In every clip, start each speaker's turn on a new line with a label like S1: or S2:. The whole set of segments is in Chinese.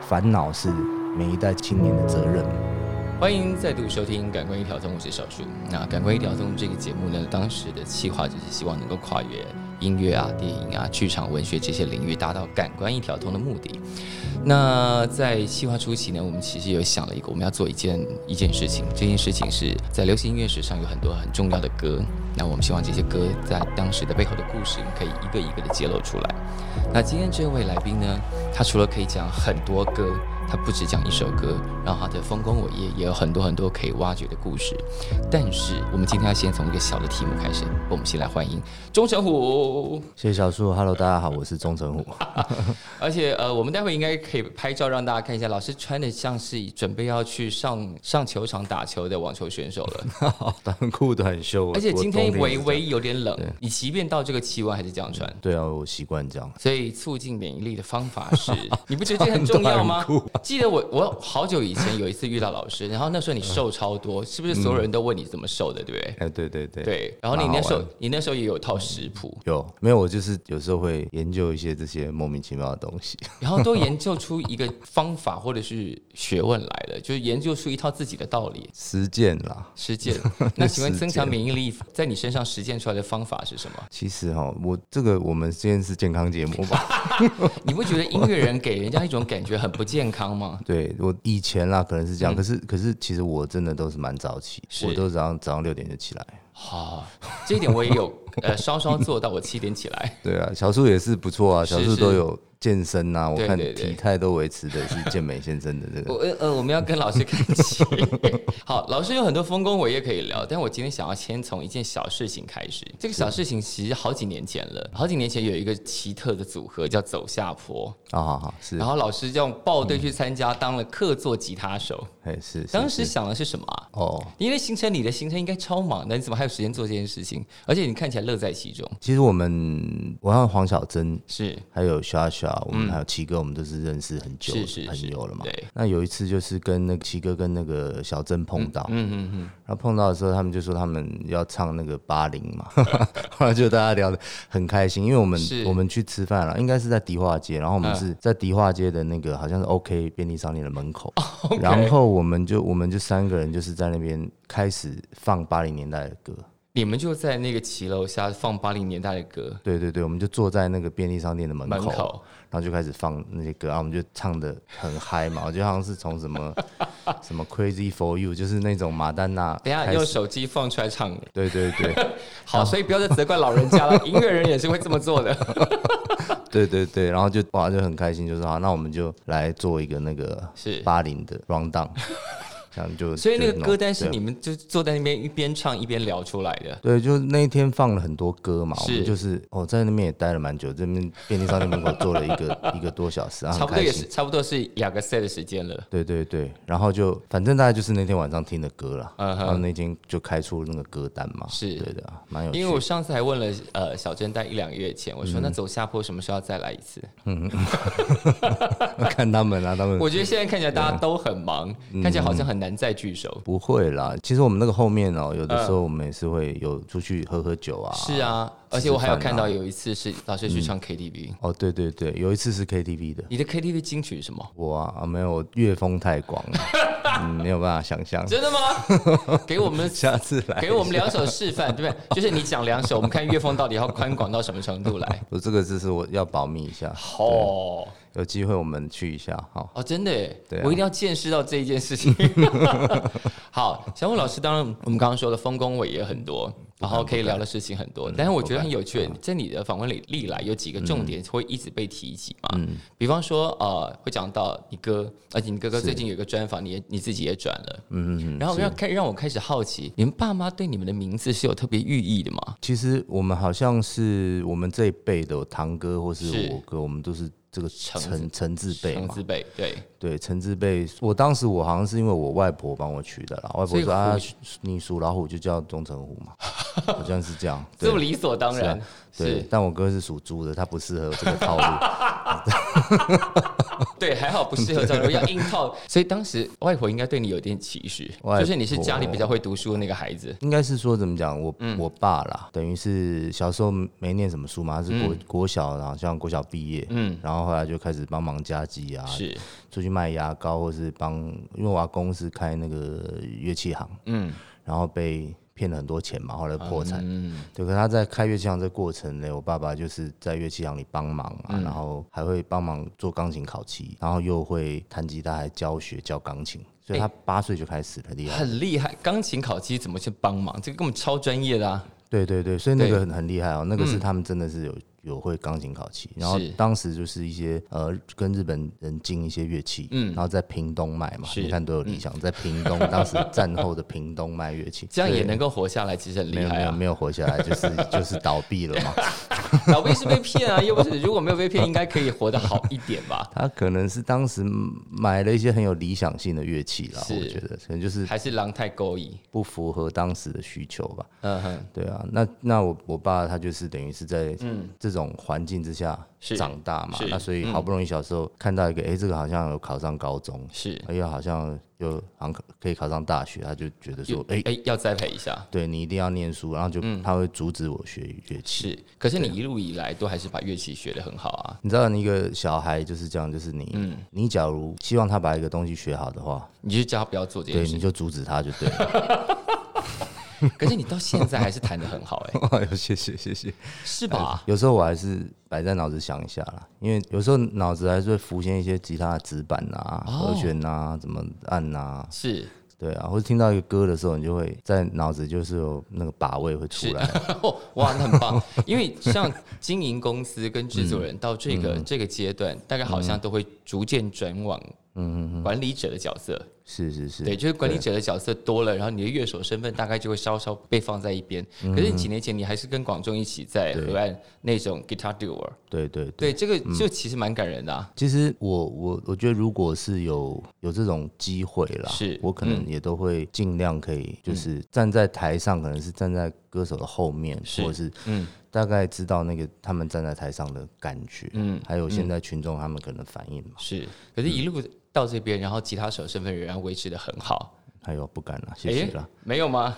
S1: 烦恼是每一代青年的责任。
S2: 欢迎再度收听《感官一条通》，我是小树。那《感官一条通》这个节目呢，当时的企划就是希望能够跨越音乐啊、电影啊、剧场、文学这些领域，达到感官一条通的目的。那在企划初期呢，我们其实有想了一个，我们要做一件一件事情。这件事情是在流行音乐史上有很多很重要的歌，那我们希望这些歌在当时的背后的故事，可以一个一个的揭露出来。那今天这位来宾呢，他除了可以讲很多歌，他不只讲一首歌，然后他的丰功伟业也有很多很多可以挖掘的故事。但是我们今天要先从一个小的题目开始，我们先来欢迎钟成虎。
S1: 谢谢小树，Hello，大家好，我是钟成虎。
S2: 而且呃，我们待会应该可以拍照让大家看一下，老师穿的像是准备要去上上球场打球的网球选手了。
S1: 短裤短袖，
S2: 而且
S1: 我
S2: 今
S1: 冬
S2: 天
S1: 天
S2: 微
S1: 也是
S2: 微有点冷，你即便到这个气温还是这样穿。
S1: 对啊，我习惯这样。
S2: 所以促进免疫力的方法是，你不觉得这很重要吗？记得我我好久以前有一次遇到老师，然后那时候你瘦超多，是不是所有人都问你怎么瘦的，对不对？
S1: 哎，对对对
S2: 对，然后你
S1: 蛮好
S2: 那时候
S1: 玩
S2: 你那时候也有套食谱，
S1: 有没有？我就是有时候会研究一些这些莫名其妙的东西。
S2: 然后都研究出一个方法或者是学问来了，就是研究出一套自己的道理。
S1: 实践啦。
S2: 实践。那请问
S1: 实践
S2: 增强免疫力在你身上实践出来的方法是什么？
S1: 其实哈，我这个我们今天是健康节目 吧？
S2: 你不觉得音乐人给人家一种感觉很不健康吗？
S1: 对我以前啦，可能是这样，可是可是其实我真的都是蛮早起，
S2: 嗯是
S1: 我都早上早上六点就起来。
S2: 好，这一点我也有呃稍稍做到，我七点起来。
S1: 对啊，小树也是不错啊，
S2: 是
S1: 小树都有健身呐、我
S2: 对
S1: 看
S2: 对对
S1: 体态都维持的是健美先生 的这
S2: 我
S1: 个。
S2: 呃呃，我们要跟老师看齐。 好，老师有很多丰功伟业可以聊，但我今天想要先从一件小事情开始。这个小事情其实好几年前了，好几年前有一个奇特的组合叫走下坡，
S1: 啊、好好是
S2: 然，后老师叫报队去参加，当了客座吉他手。
S1: 哎是，是
S2: 当
S1: 是
S2: 时想的是什么啊？
S1: 哦，
S2: 因为行程你的行程应该超忙的，你怎么还有时间做这件事情？而且你看起来乐在其中，
S1: 其实我们我和黄小珍
S2: 是
S1: 还有小小，我们还有七哥，我们都是认识很久
S2: 嗯是是
S1: 的朋友了嘛。
S2: 对，
S1: 那有一次就是跟那个七哥跟那个小珍碰到，
S2: 嗯嗯嗯，
S1: 然后碰到的时候，他们就说他们要唱那个八零 嘛，后来就大家聊得很开心，因为我们
S2: 是
S1: 我们去吃饭了，应该是在迪化街，然后我们
S2: 嗯
S1: 是在迪化街的那个好像是 OK 便利商店的门 口，然后我们就我们就三个人就是在那边开始放八零年代的歌，
S2: 你们就在那个骑楼下放八零年代的歌，
S1: 对对对，我们就坐在那个便利商店的门
S2: 门
S1: 口，
S2: 口
S1: 然后就开始放那些歌，然后我们就唱的很嗨嘛，我觉得好像是从什 么什么 Crazy for You，就是那种马丹娜
S2: 等一下
S1: 开
S2: 用
S1: 始，
S2: 手机放出来唱。
S1: 对对对。
S2: 好，所以不要再责怪老人家了，音乐人也是会这么 做的。
S1: 对对对，然后就哇就很开心，就说好，那我们就来做一个那个
S2: 是
S1: 八零的 round down，这样就
S2: 所以那
S1: 就
S2: 个
S1: 弄
S2: 歌单是
S1: 对啊
S2: 你们就坐在那边一边唱一边聊出来的。
S1: 对，就那一天放了很多歌嘛，我
S2: 是
S1: 们就是哦在那边也待了蛮久，这边便利商店门口坐了一个一个多小时，然后
S2: 差
S1: 很
S2: 不多
S1: 开
S2: 也
S1: 心
S2: 是。差不多是雅各赛的时间了，
S1: 对对对，然后就反正大概就是那天晚上听的歌啦，
S2: 嗯哼
S1: 然后那天就开出那个歌单嘛，
S2: 是
S1: 对的啊，蛮有趣嗯
S2: 因为
S1: 的。
S2: 我上次还问了呃小珍在一两个月前，我说那走下坡什么时候要再来一次？
S1: 看他们啊，他们
S2: 我觉得现在看起来大家都很忙，看起来好像很难再聚首。
S1: 不会啦。其实我们那个后面哦，有的时候我们也是会有出去喝喝酒啊，
S2: 嗯是啊，而且我还有看到有一次是老师去唱 KTV，、
S1: 哦，对对对，有一次是 KTV 的，
S2: 你的 KTV 金曲是 什么？
S1: 我啊啊没有，我乐风太广了，嗯没有办法想象。
S2: 真的吗？给我们
S1: 下次来，
S2: 给我们两首示范，对不对？就是你讲两首，我们看乐风到底要宽广到什么程 度来。
S1: 我这个就是我要保密一下，
S2: 哦
S1: 有机会我们去一下，好。
S2: 哦，真的耶，
S1: 对啊
S2: 我一定要见识到这一件 事情。好，小武老师，当然我们刚刚说的丰功伟业很多，然后可以聊的事情很多，但是我觉得很有
S1: 啊
S2: 趣，在你的访问里历来有几个重
S1: 嗯
S2: 点会一直被提及嘛，比方说呃，会讲到你哥，而且你哥哥最近有一个专访，你也你自己也转了，嗯嗯，然后让开让我开始好奇，你们爸妈对你们的名字是有特别寓意的吗？
S1: 其实我们好像是我们这一辈的，我堂哥或
S2: 是
S1: 是我哥，我们都是这个
S2: 橙子
S1: 陈陈字辈
S2: 成
S1: 嘛
S2: 字。辈，对，
S1: 对，陈字辈。我当时我好像是因为我外婆帮我取的啦，外
S2: 所
S1: 婆
S2: 以
S1: 说啊
S2: 虎，
S1: 你属老虎就叫钟成虎 嘛，好像是这样。对啊
S2: 这么理所当然，
S1: 对，
S2: 是
S1: 但我哥是属猪的，他不适合这个套路。
S2: 对，还好不适 合照顾，要硬套。所以当时外婆应该对你有点歧视，
S1: 外
S2: 就是你是家里
S1: 婆
S2: 比较会读书的那个孩子。
S1: 应该是说怎么讲，我、
S2: 嗯
S1: 我爸啦，等于是小时候没念什么书嘛，他是国、国小，然后像国小毕业，
S2: 嗯，
S1: 然后后来就开始帮忙家计啊，
S2: 是，
S1: 出去卖牙膏，或是帮，因为我阿公是开那个乐器行，
S2: 嗯，
S1: 然后被骗了很多钱嘛，后来破产。
S2: 嗯，
S1: 对，可是他在开乐器行这过程呢，我爸爸就是在乐器行里帮忙啊，
S2: 嗯
S1: 然后还会帮忙做钢琴烤漆，然后又会弹吉他，还教学教钢琴，所
S2: 哎
S1: 以他八岁就开始了，厉害。
S2: 很厉害，钢琴烤鸡怎么去帮忙？这个根本超专业的啊！
S1: 对对对，所以那
S2: 对嗯
S1: 个很很厉害哦，那个是他们真的是有、有会钢琴烤漆，然后
S2: 是
S1: 当时就是一些呃跟日本人进一些乐器，
S2: 嗯
S1: 然后在屏东卖嘛，
S2: 是嗯
S1: 你看多有理想，在屏东当时战后的屏东卖乐器，
S2: 这样也
S1: 对
S2: 能够活下来，其实很厉
S1: 没有没
S2: 害
S1: 有
S2: 啊！
S1: 没有活下来，就是 就是倒闭了嘛。
S2: 老魏是被骗啊，又不是如果没有被骗，应该可以活得好一点吧？
S1: 他可能是当时买了一些很有理想性的乐器啦，
S2: 是
S1: 我觉得可能 就是
S2: 还是狼太勾引？
S1: 不符合当时的需求吧。
S2: 嗯哼，
S1: 对啊，那那我我爸他就是等于是在这种环境之下
S2: 嗯是
S1: 长大嘛
S2: 是，嗯
S1: 那所以好不容易小时候看到一个，哎、这个好像有考上高中，
S2: 是，
S1: 哎呀，好像有好像可以考上大学，他就觉得说，哎、
S2: 哎、要栽培一下。
S1: 对你一定要念书，然后就、
S2: 嗯
S1: 他会阻止我学乐器。
S2: 是，可是你
S1: 啊
S2: 一路以来都还是把乐器学得很好啊。
S1: 你知道，你一个小孩就是这样，就是你，
S2: 嗯
S1: 你假如希望他把一个东西学好的话，
S2: 你就叫他不要做这
S1: 对，
S2: 件事
S1: 你，就阻止他就对了。
S2: 可是你到现在还是弹得很好、哎，
S1: 哎呦，谢谢谢谢。
S2: 是吧？
S1: 有时候我还是摆在脑子想一下啦，因为有时候脑子还是会浮现一些吉他的指板啊、
S2: 哦
S1: 和弦啊、怎么按啊，
S2: 是，
S1: 对啊，或者听到一个歌的时候，你就会在脑子就是有那个把位会出来。
S2: 哦哇，那很棒。因为像经营公司跟制作人到这个、这个阶段，大概好像都会逐渐转往嗯管理者的角色，
S1: 是 是是，
S2: 对，就是管理者的角色多了，然后你的乐手身份大概就会稍稍被放在一边。可是你几年前你还是跟广众一起在河岸那种 guitar duo，
S1: 对对对。
S2: 对，这个就其实蛮感人的、啊。
S1: 其实我我我觉得，如果是有有这种机会啦，
S2: 是嗯
S1: 我可能也都会尽量可以，就是站在台上，可能是站在歌手的后面，
S2: 是
S1: 或者是
S2: 嗯
S1: 大概知道那个他们站在台上的感觉，
S2: 嗯，
S1: 还有现在群众他们可能反应嘛。
S2: 是，可是一路到这边，然后吉他手身份仍然维持的很好。
S1: 哎呦，不敢了，谢谢了。
S2: 没有吗？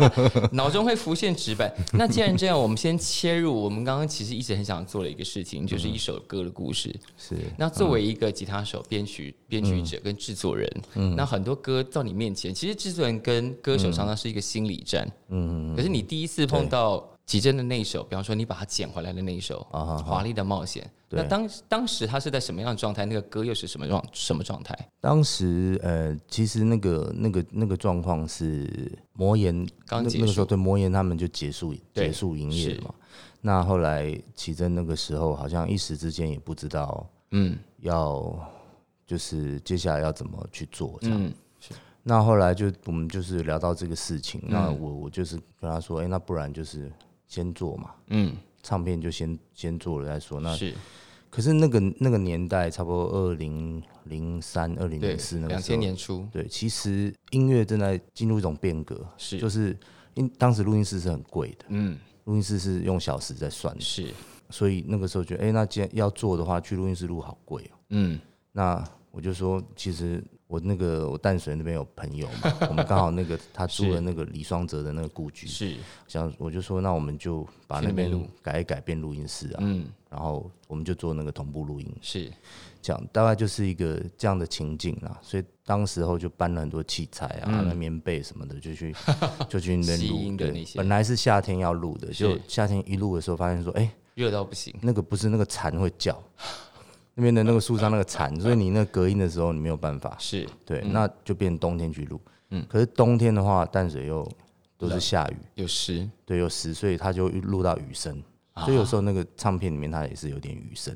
S2: 脑中会浮现纸板。那既然这样，我们先切入我们刚刚其实一直很想做的一个事情，就是一首歌的故事。
S1: 是，
S2: 那作为一个吉他手、编曲、编曲者跟制作人，那很多歌到你面前，其实制作人跟歌手常常是一个心理战。嗯，可是你第一次碰到吉真的那一首，比方说你把它捡回来的那一首
S1: 啊哈
S2: 《华丽的冒险》，那
S1: 对
S2: 当当时他是在什么样的状态？那个歌又是什么状什么状态？
S1: 当时呃，其实那个那个那个状况是魔岩
S2: 刚
S1: 那
S2: 结
S1: 那个
S2: 束
S1: 时候对魔岩他们就结束
S2: 对
S1: 结束营业
S2: 是
S1: 了嘛。那后来奇珍那个时候好像一时之间也不知道
S2: 嗯
S1: 要就是接下来要怎么去做这样。
S2: 嗯，
S1: 那后来就我们就是聊到这个事情，那
S2: 嗯
S1: 我我就是跟他说，哎、那不然就是先做嘛，
S2: 嗯，
S1: 唱片就先先做了再说。那
S2: 是
S1: 可是那个那个年代，差不多二零零三、二零
S2: 对
S1: 零四那，个
S2: 两
S1: 时
S2: 千
S1: 候，
S2: 年初
S1: 对，其实音乐正在进入一种变革，
S2: 是
S1: 就是因当时录音室是很贵的，
S2: 嗯
S1: 录音室是用小时在算的，
S2: 是
S1: 所以那个时候觉得，哎、那既然要做的话，去录音室录好贵哦、
S2: 嗯
S1: 那我就说，其实我那个我淡水那边有朋友 嘛，我们刚好那个他租了那个李双泽的那个故居，
S2: 是
S1: 想我就说，那我们就把
S2: 去那
S1: 那
S2: 边
S1: 边改一改变录音室啊，
S2: 嗯
S1: 然后我们就做那个同步录音。
S2: 是
S1: 这样大概就是一个这样的情景啦，所以当时候就搬了很多器材啊，那棉被什么的，就去 就去那
S2: 嗯 吸
S1: 边
S2: 音
S1: 录。
S2: 的
S1: 对
S2: 那些
S1: 本来是夏天要录的，
S2: 是
S1: 就夏天一录的时候发现说，哎、
S2: 热到不行，
S1: 那个不是那个蝉会叫， 那边的那个树上那个 蝉，所以你那隔音的时候你没有办法。
S2: 是
S1: 对，那就变冬天去录。嗯，可是冬天的话，淡水又都是下雨，
S2: 有湿
S1: 对，又湿，所以它就录到雨声。
S2: 啊
S1: 所以有时候那个唱片里面它也是有点雨声。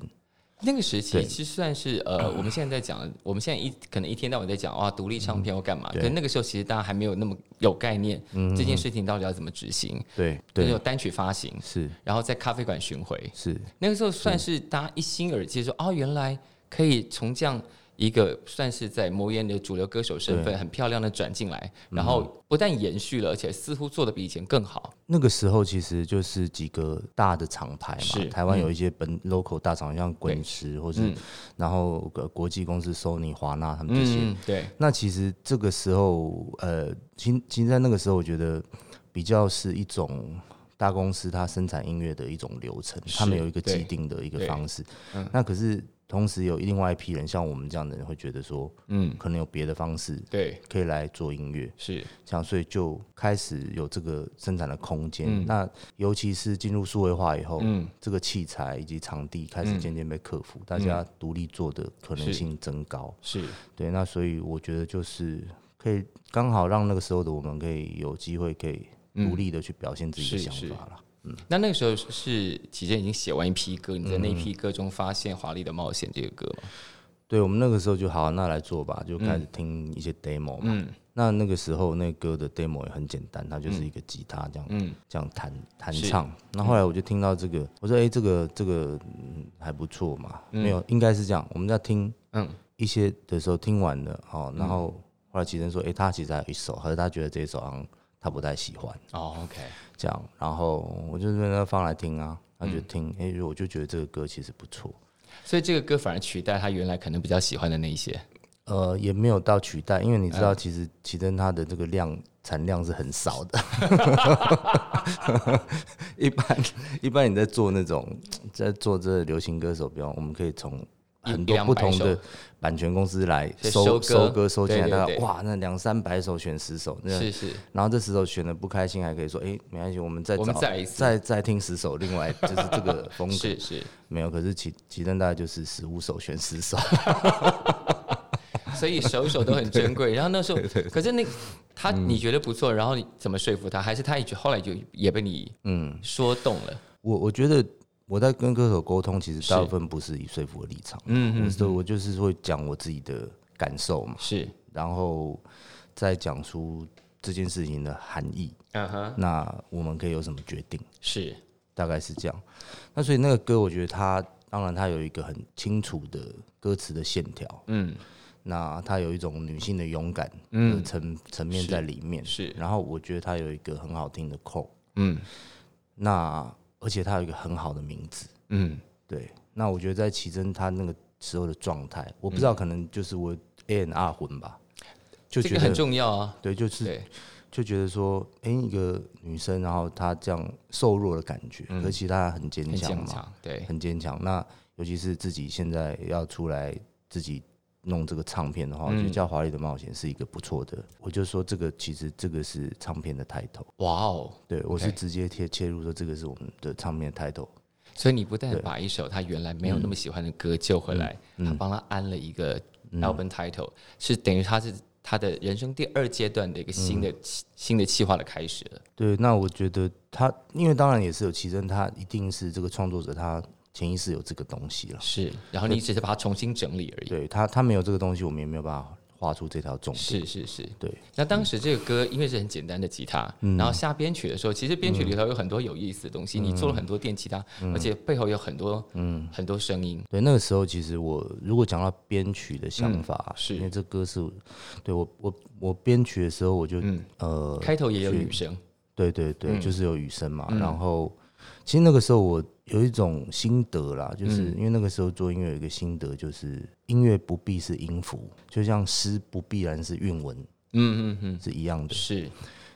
S2: 那个时期
S1: 对
S2: 其实算是呃，我们现在在讲，我们现在一可能一天到晚在讲哇，独立唱片要干嘛？
S1: 对
S2: 可那个时候其实大家还没有那么有概念，这件事情到底要怎么执行？
S1: 对
S2: 就是有
S1: 对，
S2: 单曲发行，
S1: 是
S2: 然后在咖啡馆巡回，
S1: 是，
S2: 那个时候算是大家一心耳接说哦，原来可以从这样一个算是在魔岩的主流歌手身份
S1: 对
S2: 很漂亮的转进来，然后不但延续了，而且似乎做的比以前更好。
S1: 那个时候其实就是几个大的厂牌嘛
S2: 是，
S1: 台湾有一些本 local 大厂，像滚石或是，
S2: 嗯
S1: 然后呃国际公司 Sony、华纳他们这些。
S2: 嗯，对，
S1: 那其实这个时候，呃，其实其实在那个时候，我觉得比较是一种大公司它生产音乐的一种流程，
S2: 是
S1: 他们有一个
S2: 对
S1: 既定的一个
S2: 对
S1: 方式
S2: 嗯。
S1: 那可是同时有另外一批人，像我们这样的人，会觉得说，
S2: 嗯，
S1: 可能有别的方式
S2: 对，
S1: 可以来做音乐。
S2: 是，
S1: 这样，所以就开始有这个生产的空间。
S2: 嗯
S1: 那尤其是进入数位化以后，
S2: 嗯，
S1: 这个器材以及场地开始渐渐被克服，大家独立做的可能性增高。
S2: 是，
S1: 对，那所以我觉得就是可以刚好让那个时候的我们可以有机会可以独立的去表现自己的
S2: 是
S1: 想
S2: 嗯是
S1: 法了。
S2: 那那个时候是齐健已经写完一批歌，你在那一批歌中发现《华丽的冒险》这个歌吗？
S1: 对我们那个时候就好，那来做吧，就开
S2: 嗯
S1: 始听一些 demo 嘛。那那个时候那歌的 demo 也很简单，它就是一个吉他这样，
S2: 嗯
S1: 这样弹弹
S2: 是嗯
S1: 唱。那后来我就听到这个，我说：“哎、这个这个、嗯、还不错嘛。
S2: 嗯
S1: 没有，应该是这样。我们在听
S2: 嗯，
S1: 一些的时候听完了，哦，然后后来齐生说：“哎、他其实还有一首，可是他觉得这一首好像他不太喜欢。”
S2: 哦，OK，
S1: 这样，然后我就让他放来听啊，他
S2: 嗯
S1: 就听，哎、我就觉得这个歌其实不错。
S2: 所以这个歌反而取代他原来可能比较喜欢的那一些。
S1: 呃，也没有到取代，因为你知
S2: 哎
S1: 道，其实奇珍它的这个量产量是很少的。 一般一般你在做那种在做这流行歌手，比方我们可以从
S2: 一
S1: 很
S2: 一
S1: 多
S2: 两
S1: 不
S2: 百
S1: 同
S2: 首
S1: 的版权公司来
S2: 去收
S1: 收
S2: 歌
S1: 收歌收进来，
S2: 对对
S1: 大概
S2: 对
S1: 哇，那两三百首选十首，那
S2: 是是，
S1: 然后这十首选的不开心，还可以说，哎、没关系，我们再
S2: 我们
S1: 找
S2: 再来一次
S1: 再再听十首，另外就是这个风格
S2: 嗯是是，
S1: 没有。可是奇奇珍大概就是十五首选十首，
S2: 所以首一首都很珍贵。然后那时候，可是那他你觉得不错，然后你怎么说服他？还是他一直后来就也被你嗯说动了？
S1: 我我觉得我在跟歌手沟通，其实大
S2: 是
S1: 部分不是以说服的立场，
S2: 嗯
S1: 嗯，我我就是会讲我自己的感受嘛，
S2: 是，
S1: 然后再讲出这件事情的含义。
S2: 嗯哼，
S1: 那我们可以有什么决定？
S2: 是
S1: 大概是这样。那所以那个歌，我觉得它当然它有一个很清楚的歌词的线条，
S2: 嗯，
S1: 那它有一种女性的勇敢的层层、面在里面。
S2: 是
S1: 然后我觉得它有一个很好听的扣，
S2: 嗯
S1: 那而且它有一个很好的名字。
S2: 嗯
S1: 对，那我觉得在奇珍他那个时候的状态，我不知道，可能就是我 A N R 魂吧，就
S2: 嗯这
S1: 觉
S2: 个很
S1: 得
S2: 重要啊。
S1: 对，就是
S2: 对，
S1: 就觉得说，哎、一个女生，然后她这样瘦弱的感觉，可其实她很坚
S2: 嗯很
S1: 强
S2: 坚
S1: 嘛，
S2: 强，对，
S1: 很坚强。那尤其是自己现在要出来自己弄这个唱片的话，我
S2: 嗯
S1: 觉得叫《华丽的冒险》是一个不错的。我就说这个其实这个是唱片的抬头，
S2: 哇哦！
S1: 对我是
S2: OK
S1: 直接贴切入说这个是我们的唱片的抬头，
S2: 所以你不但把一首他原来没有那么喜欢的歌救回来，他帮他安了一个
S1: 嗯
S2: album title，、是等于他是他的人生第二阶段的一个新的、新的计划的开始了。
S1: 对，那我觉得他，因为当然也是有奇珍，他一定是这个创作者，他潜意识有这个东西了。
S2: 是，然后你只是把它重新整理而已。
S1: 对他，他没有这个东西，我们也没有办法画出这条重点。
S2: 是是是，
S1: 对。嗯
S2: 那当时这个歌因为是很简单的吉他，然后下编曲的时候，其实编曲里头有很多有意思的东西，你做了
S1: 嗯
S2: 很多电吉他，而且背后有很多嗯很多声音。
S1: 对，那个时候其实我如果讲到编曲的想法，
S2: 嗯
S1: 啊
S2: 是
S1: 因为这歌是，对我我我编曲的时候，我就、
S2: 嗯
S1: 呃，
S2: 开头也有女声，
S1: 对对
S2: 嗯
S1: 对，就是有雨声嘛。然后其实那个时候我有一种心得啦，
S2: 嗯
S1: 就是因为那个时候做音乐有一个心得，就是音乐不必是音符，就像诗不必然是韵文
S2: 嗯嗯嗯，
S1: 是一样的。
S2: 是，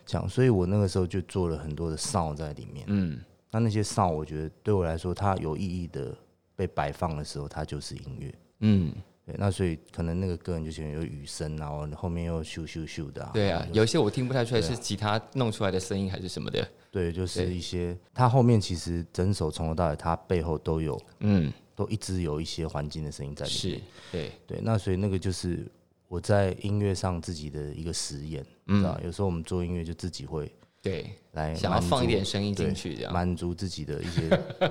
S1: 讲，所以我那个时候就做了很多的 sound 在里面。
S2: 嗯
S1: 那那些 sound 我觉得对我来说，它有意义的被摆放的时候，它就是音乐。
S2: 嗯，
S1: 对，那所以可能那个个人就喜欢有雨声啊，然后后面又咻咻咻的、啊。
S2: 对啊，有一些我听不太出来是吉他弄出来的声音还是什么的，
S1: 对，就是一些它后面其实整首从头到尾，它背后都有
S2: 嗯，
S1: 都一直有一些环境的声音在里面。
S2: 是，对，
S1: 对，那所以那个就是我在音乐上自己的一个实验，嗯、知道有时候我们做音乐就自己会
S2: 对，
S1: 来
S2: 想要
S1: 哎满
S2: 放一
S1: 足
S2: 点啊声音进
S1: 对
S2: 去 这样，
S1: 满足自己的一些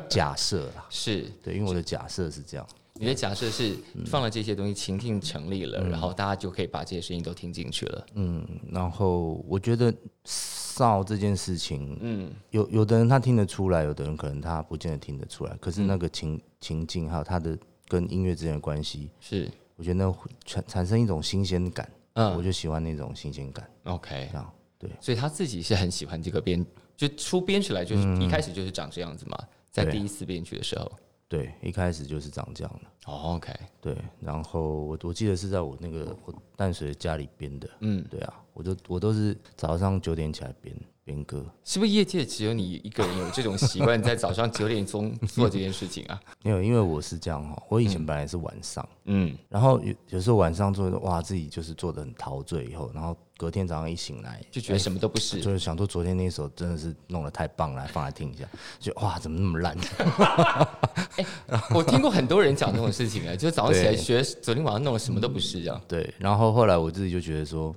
S1: 假设啦。
S2: 是，
S1: 对，因为我的假设是这样。
S2: 你的假设是
S1: 嗯
S2: 放了这些东西，情境成立了，然后大家就可以把这些声音都听进去了。
S1: 嗯然后我觉得少这件事情，嗯，有有的人他听得出来，有的人可能
S2: 嗯
S1: 他不见得听得出来。可是那个情、情境还有他的跟音乐之间的关系，
S2: 是，
S1: 我觉得那会产产生一种新鲜感，我
S2: 嗯
S1: 就喜欢那种新鲜感，
S2: ，OK，
S1: 这样对。
S2: 所以他自己是很喜欢这个编，就出编曲来就是、一开始就是长这样子嘛，在
S1: 对
S2: 第一次编曲的时候、
S1: 对，一开始就是长这样的。
S2: 哦、，OK，
S1: 对，然后我我记得是在我那个我淡水家里编的。
S2: 嗯，
S1: 对啊，我都我都是早上九点起来编编歌，
S2: 是不是业界只有你一个人有这种习惯，在早上九点钟做这件事情啊？
S1: 没有，因为我是这样哈，我以前本来是晚上，
S2: 嗯，
S1: 然后有有时候晚上做的哇，自己就是做的很陶醉，以后然后隔天早上一醒来
S2: 就觉得什么都不是，
S1: 就是想说昨天那首真的是弄得太棒了，来放来听一下，就哇怎么那么烂？
S2: 我听过很多人讲这种事情啊，就早上起来
S1: 对
S2: 学，昨天晚上弄了什么都不是这样。
S1: 对，然后后来我自己就觉得说，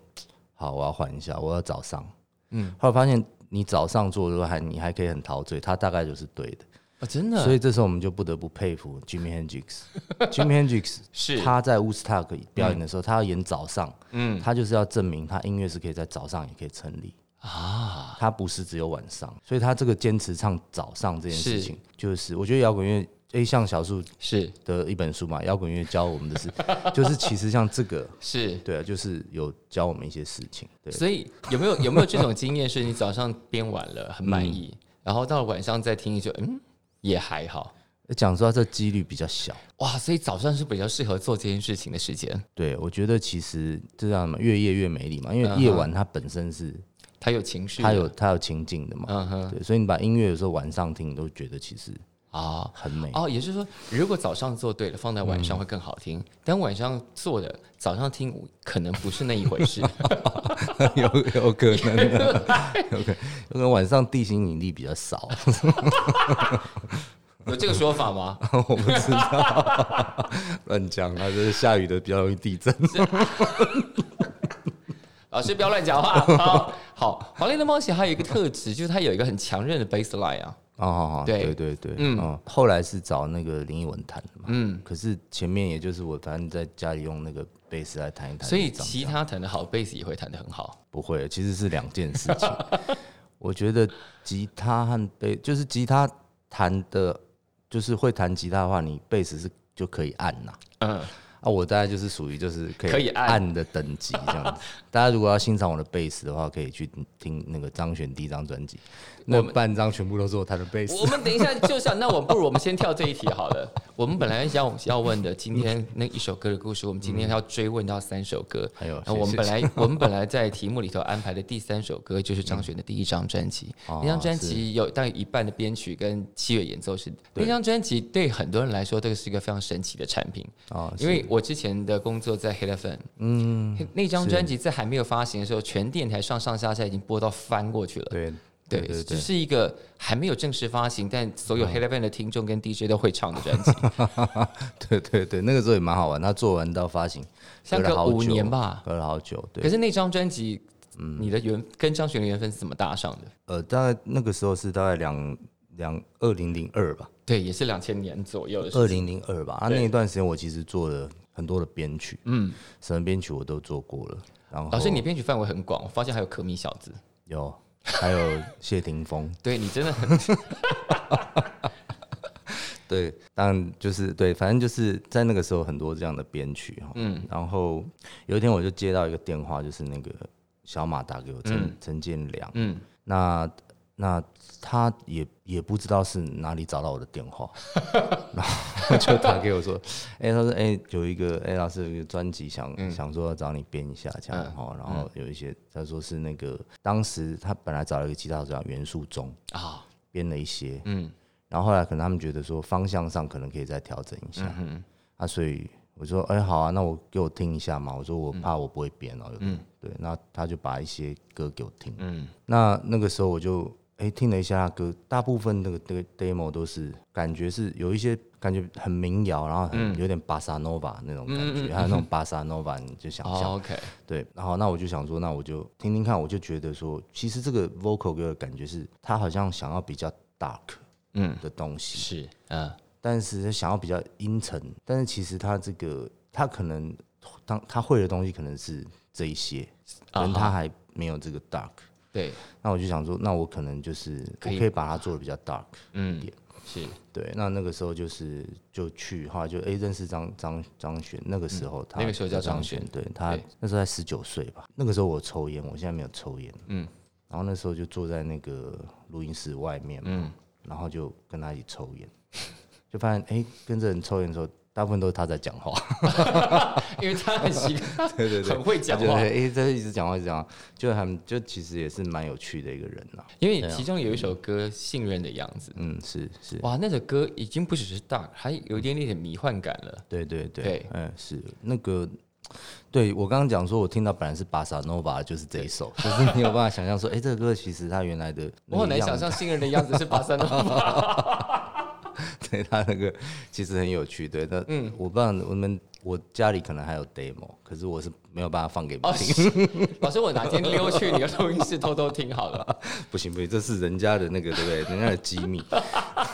S1: 好，我要换一下，我要早上。嗯，后来发现你早上做的时候还你还可以很陶醉，他大概就是对的，
S2: 哦，真的，
S1: 所以这时候我们就不得不佩服 Jimmy Hendrix。Jimmy Hendrix
S2: 是
S1: 他在 Woodstock 表演的时候，他要演早上，
S2: 嗯
S1: 嗯，他就是要证明他音乐是可以在早上也可以成立。
S2: 啊，
S1: 他不是只有晚上，所以他这个坚持唱早上这件事
S2: 是
S1: 情，就是我觉得摇滚乐，诶，像小树
S2: 是
S1: 的一本书嘛，《摇滚乐教我们的事》， 就是其实像这个，
S2: 是，
S1: 对啊，就是有教我们一些事情，对，
S2: 所以有没有有没有这种经验？是你早上编完了很满意，然后到了晚上再听就嗯也还好
S1: 讲实话，这几率比较小。
S2: 哇，所以早上是比较适合做这件事情的时间，
S1: 对，我觉得其实这叫什么，越夜越美丽嘛，因
S2: 嗯
S1: 为
S2: 哼
S1: 夜晚它本身是
S2: 他有情绪的，
S1: 它有它有情境的嘛，
S2: 嗯哼
S1: 对，所以你把音乐有时候晚上听，你都觉得其实
S2: 啊。
S1: 很美。
S2: 哦，也就是说，如果早上做对了，放在晚上会更好听。但晚上做的，早上听可能不是那一回事。
S1: 有 有可能，啊 有可能，有可能晚上地心引力比较少，啊
S2: 有这个说法吗？
S1: 我不知道，乱讲啊，就是下雨的比较容易地震。
S2: 老师不要乱讲话。好，好，华丽的冒险还有一个特质，就是它有一个很强韧的 bass line 啊。
S1: 哦哦，哦
S2: 对
S1: 对对对，嗯、后来是找那个林奕文弹的嘛，
S2: 嗯
S1: 嗯，可是前面也就是我反正在家里用那个贝斯来弹一弹，
S2: 所以
S1: 就长
S2: 其
S1: 这样
S2: 他弹得好，bass 也会弹得很好。
S1: 不会，其实是两件事情。 我觉得吉他和贝就是吉他弹的，就是会弹吉他的话，你贝斯是就可以按呐、
S2: 嗯，
S1: 啊，我大概就是属于就是可以
S2: 可以按
S1: 按的等级这样子。 大家如果要欣赏我的贝斯的话，可以去听那个张悬第一张专辑，那半张全部都是我弹的贝斯。
S2: 我们等一下就想，那我不如我们先跳这一题好了。我们本来要要问的，今天那一首歌的故事，我们今天要追问到三首歌。
S1: 还有，
S2: 那我们
S1: 谢谢
S2: 本来我们本来在题目里头安排的第三首歌就是张悬的第一张专辑，
S1: 哦
S2: 那张专辑有大概一半的编曲跟器乐演奏是那张专辑对很多人来说，这个是一个非常神奇的产品，
S1: 哦，
S2: 因为我之前的工作在 Hit FM，
S1: 嗯，
S2: 那张专辑在还没有发行的时候，全电台上上下下已经播到翻过去了。
S1: 对
S2: 对，
S1: 对对
S2: 这
S1: 对，嗯
S2: 是一个还没有正式发行，但所有 Hit FM 的听众跟 DJ 都会唱的专 辑，
S1: 对对对，那个时候也蛮好玩。他做完到发行，
S2: 相
S1: 隔了
S2: 隔
S1: 好久
S2: 五年吧。
S1: 隔了好久。
S2: 可
S1: 对，嗯
S2: 是那张专辑，你的缘跟张悬的缘分是怎么搭上的？
S1: 呃，大概那个时候是大概两两二零零二吧，
S2: 对，也是两千年左右的事
S1: 二
S2: 情。
S1: 零零二吧。啊，
S2: 对
S1: 那一段时间我其实做了很多的编曲，嗯，什么编曲我都做过了。然后
S2: 老师，你编曲范围很广，我发现还有可米小子，
S1: 有，还有谢霆锋，
S2: 对你真的 很
S1: 对，但就是对，反正就是在那个时候很多这样的编曲哈。嗯，然后有一天我就接到一个电话，就是那个小马打给我，陈陈建良，
S2: 嗯，
S1: 那那他也也不知道是哪里找到我的电话，然后就打给我说，哎、他说哎、有一个哎、老师有一个专辑想、想说要找你编一下这样哈、然后有一些他说是那个当时他本来找了一个吉他手叫袁树忠
S2: 啊，
S1: 编了一些，
S2: 嗯
S1: 然后后来可能他们觉得说方向上可能可以再调整一下，
S2: 嗯
S1: 啊，所以我说，哎、好啊，那我给我听一下嘛。我说
S2: 嗯
S1: 我怕我不会编哦、嗯，对，那他就把一些歌给我听，
S2: 嗯，
S1: 那那个时候我就哎、听了一下他歌，大部分那个那个 demo 都是感觉是有一些感觉很民谣，然后
S2: 嗯
S1: 很、有点巴萨 nova 那种感觉，还有那种巴萨 nova，你就想象、
S2: 哦，OK，
S1: 对，然后那我就想说，那我就听听看，我就觉得说，其实这个 vocal 给我的感觉是，他好像想要比较 dark
S2: 嗯，
S1: 的东西，
S2: 是，嗯，
S1: 但是想要比较阴沉，但是其实他这个他可能当他会的东西可能是这一些，可
S2: 啊
S1: 能
S2: 哈
S1: 他还没有这个 dark。
S2: 对，
S1: 那我就想说，那我可能就是
S2: 可
S1: 我
S2: 以
S1: 可以把它做的比较 dark，
S2: 嗯，是
S1: 对，那那个时候就是就去哈，就哎、诶认识张张张悬，那个时候他、
S2: 嗯那个时候叫张悬
S1: 对他
S2: 对
S1: 那时候才十九岁吧，那个时候我抽烟，我现在没有抽烟，
S2: 嗯
S1: 然后那时候就坐在那个录音室外面嘛，
S2: 嗯，
S1: 然后就跟他一起抽烟，就发现哎、诶跟着人抽烟的时候，大部分都是他在讲话，
S2: 因为他很习惯，
S1: 对对
S2: 很会 讲
S1: 就
S2: 话
S1: 哎、。诶在一直讲话一直讲话，就他们就其实也是蛮有趣的一个人呐、
S2: 因为其中有一首歌《信任的样子
S1: 嗯，是啊是》，，
S2: 哇，那首歌已经不只是大，还有一点点迷幻感了。
S1: 对对对，
S2: 对
S1: 嗯，是那个，对我刚刚讲说，我听到本来是《巴萨诺瓦》，就是这一首， 就是你有办法想象说，哎、这个歌其实它原来的那
S2: 我
S1: 个
S2: 很难
S1: 样
S2: 想
S1: 子，
S2: 象信任的样子是巴塞罗那。
S1: 对它那个其实很有趣，对，那嗯，我不知道我们我家里可能还有 demo，可是我是没有办法放给你
S2: 哦
S1: 们听，
S2: 是老师，我哪天溜去你的录音室偷偷听好了。
S1: 不行不行，这是人家的那个，对不 对？人家的机密。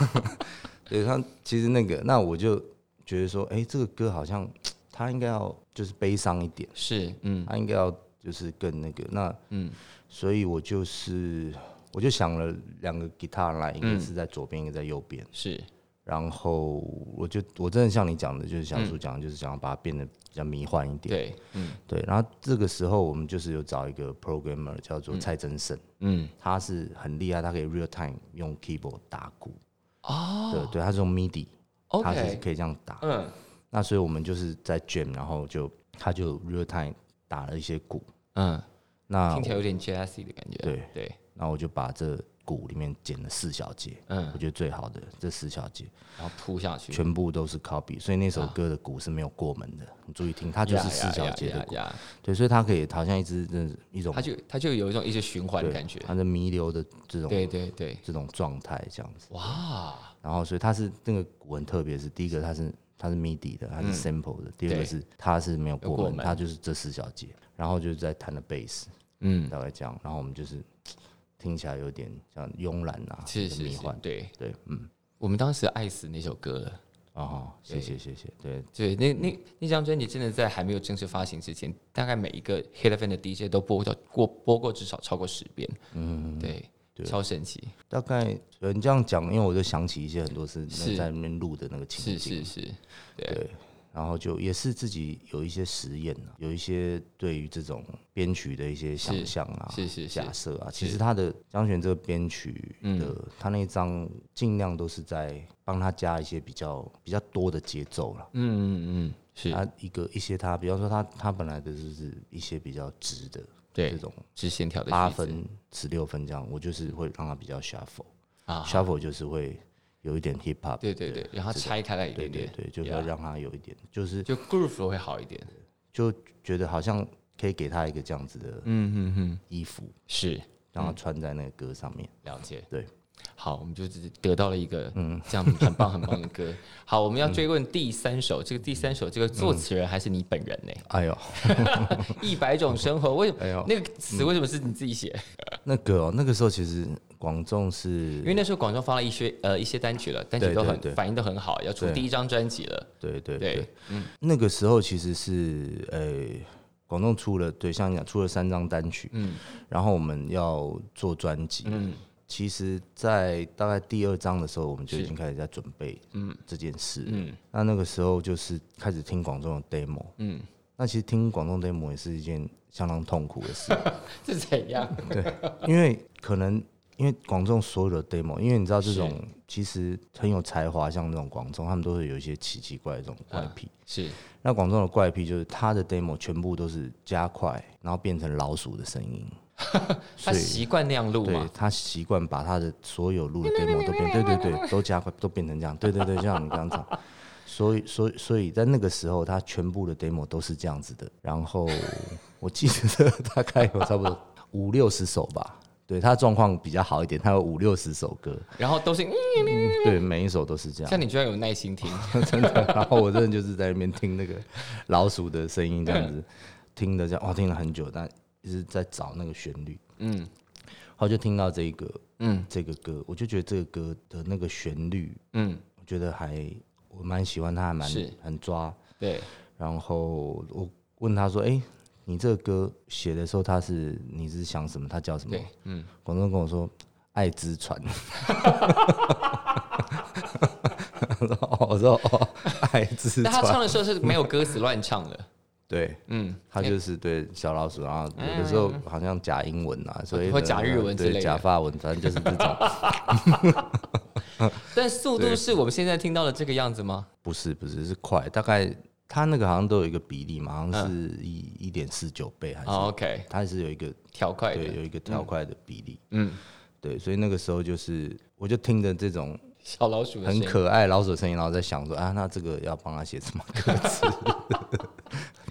S1: 对他其实那个，那我就觉得说，哎、这个歌好像他应该要就是悲伤一点。
S2: 是，嗯
S1: 他应该要就是更那个那嗯，所以我就是我就想了两个吉他 line，一个是在左边，一个在右边。
S2: 是，
S1: 然后我就我真的像你讲的，就是小叔讲的，就是想要把它变得比较迷幻一点。
S2: 嗯对，嗯
S1: 对，然后这个时候我们就是有找一个 programmer 叫做蔡真胜，
S2: 嗯，
S1: 他是很厉害，他可以 real time 用 keyboard 打鼓。哦，对对，他是用 MIDI，他是
S2: OK，
S1: 可以这样打。
S2: 嗯
S1: 那所以我们就是在 jam，然后就他就 real time 打了一些鼓。
S2: 嗯，
S1: 那
S2: 听起来有点 jazzy 的感觉。
S1: 对
S2: 对，
S1: 然后我就把这鼓里面剪了四小节，
S2: 嗯
S1: 我，觉得最好的这四小节
S2: 然后扑下去，
S1: 全部都是 copy，所以那首歌的鼓是没有过门的。你注意听，它就是四小节的
S2: 啊呀
S1: 鼓，
S2: 呀呀呀
S1: 对，所以它可以好像一只这一种
S2: 它就它就有一种一直循环的
S1: 对
S2: 感觉。
S1: 它的弥留的这种
S2: 对对对，
S1: 这种状态这样子。
S2: 哇，
S1: 然后所以它是那个鼓很特别，是第一个它是它是 MIDI 的，它是 sample 的，第二
S2: 嗯对
S1: 个是它是没有
S2: 有
S1: 过
S2: 过
S1: 门，
S2: 门
S1: 它就是这四小节，然后就是在弹的 bass，
S2: 嗯，
S1: 大概这样，然后我们就是。听起来有点像慵懒啊，
S2: 是是
S1: 迷
S2: 是
S1: 幻，，
S2: 对
S1: 对，嗯，
S2: 我们当时爱死那首歌了。
S1: 哦，谢谢谢谢，对
S2: 对，那那那张专辑真的在还没有正式发行之前，大概每一个 Hit FM 的 DJ 都播到过播过至少超过十遍，嗯，对，超神奇，
S1: 大概呃你这样讲，因为我就想起一些很多是
S2: 是
S1: 那在那边录的那个情
S2: 是
S1: 景，
S2: 是是，
S1: 然后就也是自己有一些实验啊，有一些对于这种编曲的一些想象啊、
S2: 是是是嗯
S1: 假设啊。其实他的张悬这个编曲的，他那一张尽量都是在帮他加一些比较比较多的节奏了。
S2: 嗯嗯嗯，是
S1: 他一个一些他，比方说他他本来的就是一些比较直的这
S2: 对，
S1: 种
S2: 是线条的
S1: 八
S2: 句子
S1: 分、十六分这样，我就是会让他比较 shuffle。
S2: 啊，
S1: shuffle 就是会有一点 hip hop，
S2: 对对对，然后拆开来一
S1: 对
S2: 点
S1: 对
S2: 点，
S1: 对，就是要让他有一点，就是
S2: 就 groove 会好一点，
S1: 就觉得好像可以给他一个这样子的
S2: 嗯嗯嗯，
S1: 衣服，
S2: 是
S1: 让他穿在那个歌上面。
S2: 了解，
S1: 对，
S2: 好，我们就只得到了一个嗯这样很棒很棒的歌。好，我们要追问第三首，这个第三首这个作词人还是你本人呢？
S1: 哎呦，
S2: 一百种生活，为什么、
S1: 哎呦
S2: 那个词为什么是你自己写？
S1: 那个哦，那个时候其实广众是
S2: 因为那时候广州发了一些呃一些单曲了，单曲
S1: 对
S2: 都很
S1: 对对
S2: 反应都很好，要出
S1: 对
S2: 第一张专辑了。
S1: 对对
S2: 对
S1: 对，那个时候其实是呃，广东出了对，像你讲出了三张单曲，嗯，然后我们要做专辑，嗯，其实，在大概第二章的时候，我们就已经开始在准备，嗯，这件事，嗯，那那个时候就是开始听广众的 demo，嗯，那其实听广众 demo 也是一件相当痛苦的事，
S2: 是怎样？
S1: 因为可能。因为广众所有的 demo，因为你知道这种其实很有才华，像那种广众，他们都会有一些奇奇怪的这种怪癖。
S2: 是
S1: 那广众的怪癖就是他的 demo 全部都是加快，然后变成老鼠的声音。
S2: 他习惯那样录
S1: 对
S2: 嘛？
S1: 他习惯把他的所有录的 demo 都变，对对对，都加快，都变成这样。对对对，就像你刚刚讲，所以所以所以在那个时候，他全部的 demo 都是这样子的。然后我记得大概有差不多五六十首吧。对他状况比较好一点，他有五六十首歌，
S2: 然后都是、嗯、
S1: 对啊每一首都是这样。
S2: 像你居然有耐心听，
S1: 真的。然后我真的就是在那边听那个老鼠的声音，这样
S2: 嗯
S1: 子听的这样，哇，哦听了很久，但一直在找那个旋律。
S2: 嗯
S1: 然后就听到这一个
S2: 嗯
S1: 这个歌，我就觉得这个歌的那个旋律，
S2: 嗯，
S1: 我觉得还我蛮喜欢它，还蛮
S2: 是
S1: 很抓。
S2: 对，
S1: 然后我问他说：“哎、你这个歌写的时候，他是你是想什么？他叫什么
S2: 对？”嗯，
S1: 广东人跟我说：“爱之船。”说哦，我说哦，爱自
S2: 但他唱
S1: 传，
S2: 的时候是没有歌词乱唱的，
S1: 对
S2: 嗯，
S1: 他就是对小老鼠，然后有的时候好像假英文啊，所以
S2: 或假日文之类的
S1: 对假法文，反正就是这种，
S2: 但速度是我们现在听到的这个样子吗？
S1: 不是不是是快，大概他那个好像都有一个比例嘛，好像是一一点四九倍还是
S2: 嗯哦、，OK，
S1: 它是有一个
S2: 调快
S1: 对
S2: 的，
S1: 有一个跳快的比例，
S2: 嗯，
S1: 对，所以那个时候就是我就听着这种
S2: 小老鼠的声
S1: 很
S2: 音
S1: 可爱老鼠的声音，然后在想说啊，那这个要帮他写什么歌 词？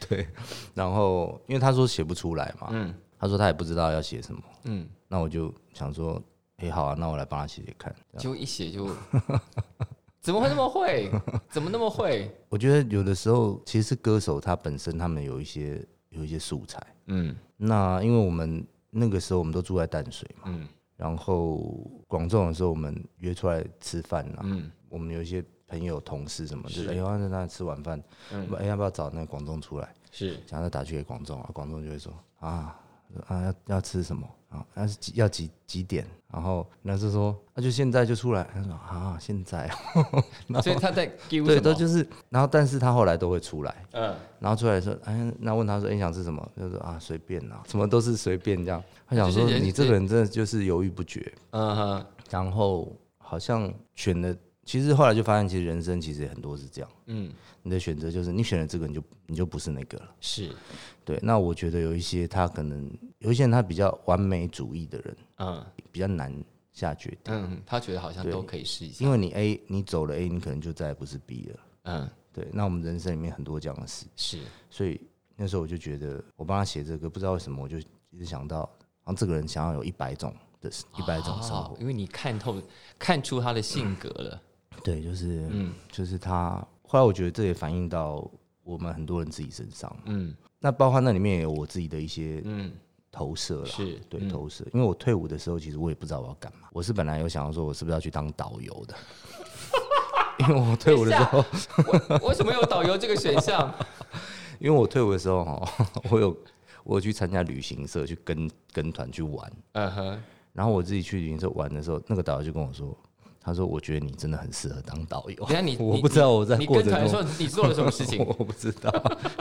S1: 对，然后因为他说写不出来嘛，
S2: 嗯
S1: 他说他也不知道要写什么，
S2: 嗯，
S1: 那我就想说，哎、好啊，那我来帮他写写看。这样
S2: 就一 写就，怎么会那么会？怎么那么会？
S1: 我觉得有的时候其实是歌手他本身他们有一些有一些素材，
S2: 嗯
S1: 那因为我们那个时候我们都住在淡水嘛，
S2: 嗯
S1: 然后广州的时候我们约出来吃饭啊，
S2: 嗯，
S1: 我们有一些朋友、同事什么，就是是哎，要在那吃晚饭，
S2: 嗯
S1: 哎，要不要找那个广众出来？
S2: 是
S1: 想要打去给广众啊，广众就会说啊啊，要要吃什么啊？要是几要几几点？然后男生说那、就现在就出来，他说啊现在啊，
S2: 所以他在丢
S1: 对，
S2: 什
S1: 都
S2: 么？
S1: 就是，然后但是他后来都会出来，
S2: 嗯，
S1: 然后出来说哎，那问他说哎你想吃什么？他说啊随便啦，什么都是随便这样。他想说
S2: 就是人
S1: 你这个人真的就是犹豫不决，
S2: 嗯哼，
S1: 然后好像选的，其实后来就发现其实人生其实很多是这样。
S2: 嗯，
S1: 你的选择就是你选了这个，你就你就不是那个了。
S2: 是，
S1: 对，那我觉得有一些他可能有一些人他比较完美主义的人，
S2: 嗯
S1: 比较难下决定，
S2: 嗯，他觉得好像
S1: 对
S2: 都可以试一下，
S1: 因为你 A 你走了 A，你可能就再也不是 B 了。
S2: 嗯，
S1: 对，那我们人生里面很多这样的事，
S2: 是，
S1: 所以那时候我就觉得我帮他写这个，不知道为什么我就一直想到，好像这个人想要有一百种的一百种生
S2: 哦
S1: 活，
S2: 因为你看透、看出他的性格了，
S1: 对，就是
S2: 嗯
S1: 就是他。后来我觉得这也反映到我们很多人自己身上，
S2: 嗯
S1: 那包括那里面也有我自己的一些
S2: 嗯，
S1: 投射啦，
S2: 是
S1: 对
S2: 嗯
S1: 投射。因为我退伍的时候，其实我也不知道我要干嘛。我是本来有想要说，我是不是要去当导游的？ 因为我退伍的时候，
S2: 为什么有导游这个 选项？
S1: 因为我退伍的时候哈， 我有我有去参加旅行社，去跟跟团去玩。
S2: 嗯哼，
S1: 然后我自己去旅行社玩的时候，那个导游就跟我说，他说我觉得你真的很适合当导游
S2: 等一。 下你
S1: 我
S2: 你
S1: 不知道我在
S2: 你
S1: 过
S2: 跟
S1: 程
S2: 团的时
S1: 中？
S2: 候，你做了什么事情
S1: 我不知道，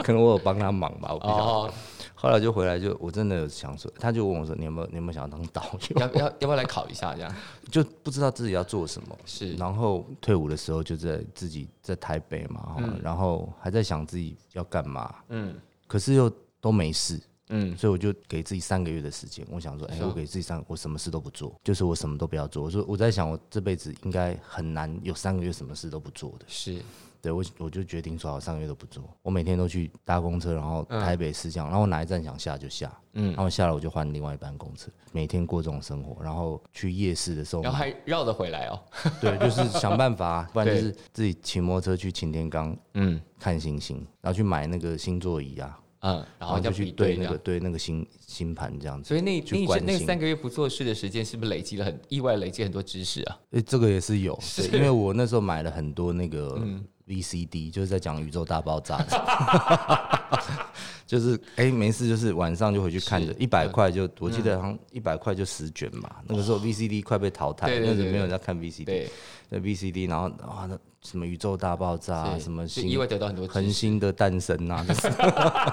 S1: 可能我有帮他忙吧，我不晓得。
S2: 哦，
S1: 后来就回来就我真的有想说，他就问我说你有没有你有没有想要当导游？
S2: 要要要不要来考一下？这样
S1: 就不知道自己要做什么。
S2: 是
S1: 然后退伍的时候就在自己在台北嘛，哈然后还在想自己要干嘛，
S2: 嗯
S1: 可是又都没事，
S2: 嗯
S1: 所以我就给自己三个月的时间。我想说，哎、
S2: 是啊
S1: 我给自己三，我什么事都不做，就是我什么都不要做。我说我在想，我这辈子应该很难有三个月什么事都不做的。
S2: 是
S1: 对我，我就决定说，我三个月都不做，我每天都去搭公车，然后台北市这样，然后我哪一站想下就下，
S2: 嗯
S1: 然后下了我就换另外一班公车，每天过这种生活。然后去夜市的时候
S2: 然
S1: 买
S2: 后还绕得回来哦。
S1: 对，就是想办法啊、不然就
S2: 对
S1: 是自己骑摩托车去擎天岗
S2: 嗯
S1: 看星星，然后去买那个星座仪啊，
S2: 嗯，然后
S1: 就
S2: 要
S1: 去
S2: 比
S1: 对那
S2: 对这
S1: 个
S2: 样。
S1: 对那个星星盘这样子。
S2: 所以那
S1: 去
S2: 那一
S1: 关
S2: 阵那
S1: 心
S2: 三个月不做事的时间，是不是累积了很意外累积很多知识啊？
S1: 诶，这个也是有，对因为我那时候买了很多那个
S2: 嗯
S1: VCD，、就是在讲宇宙大爆炸的。 就是哎、诶没事，就是晚上就回去看着，一百
S2: 嗯
S1: 块就，我记得好像一百块就十卷吧。那个时候 VCD 快被淘汰，
S2: 对对
S1: 那时
S2: 对
S1: 候没有人
S2: 对
S1: 在看 VCD，
S2: 对，
S1: 那 VCD，然后哇，那什么宇宙大爆炸、啊，
S2: 对
S1: 什么
S2: 就
S1: 星
S2: 意外得到很多
S1: 恒
S2: 知识。
S1: 星的诞生啊，就是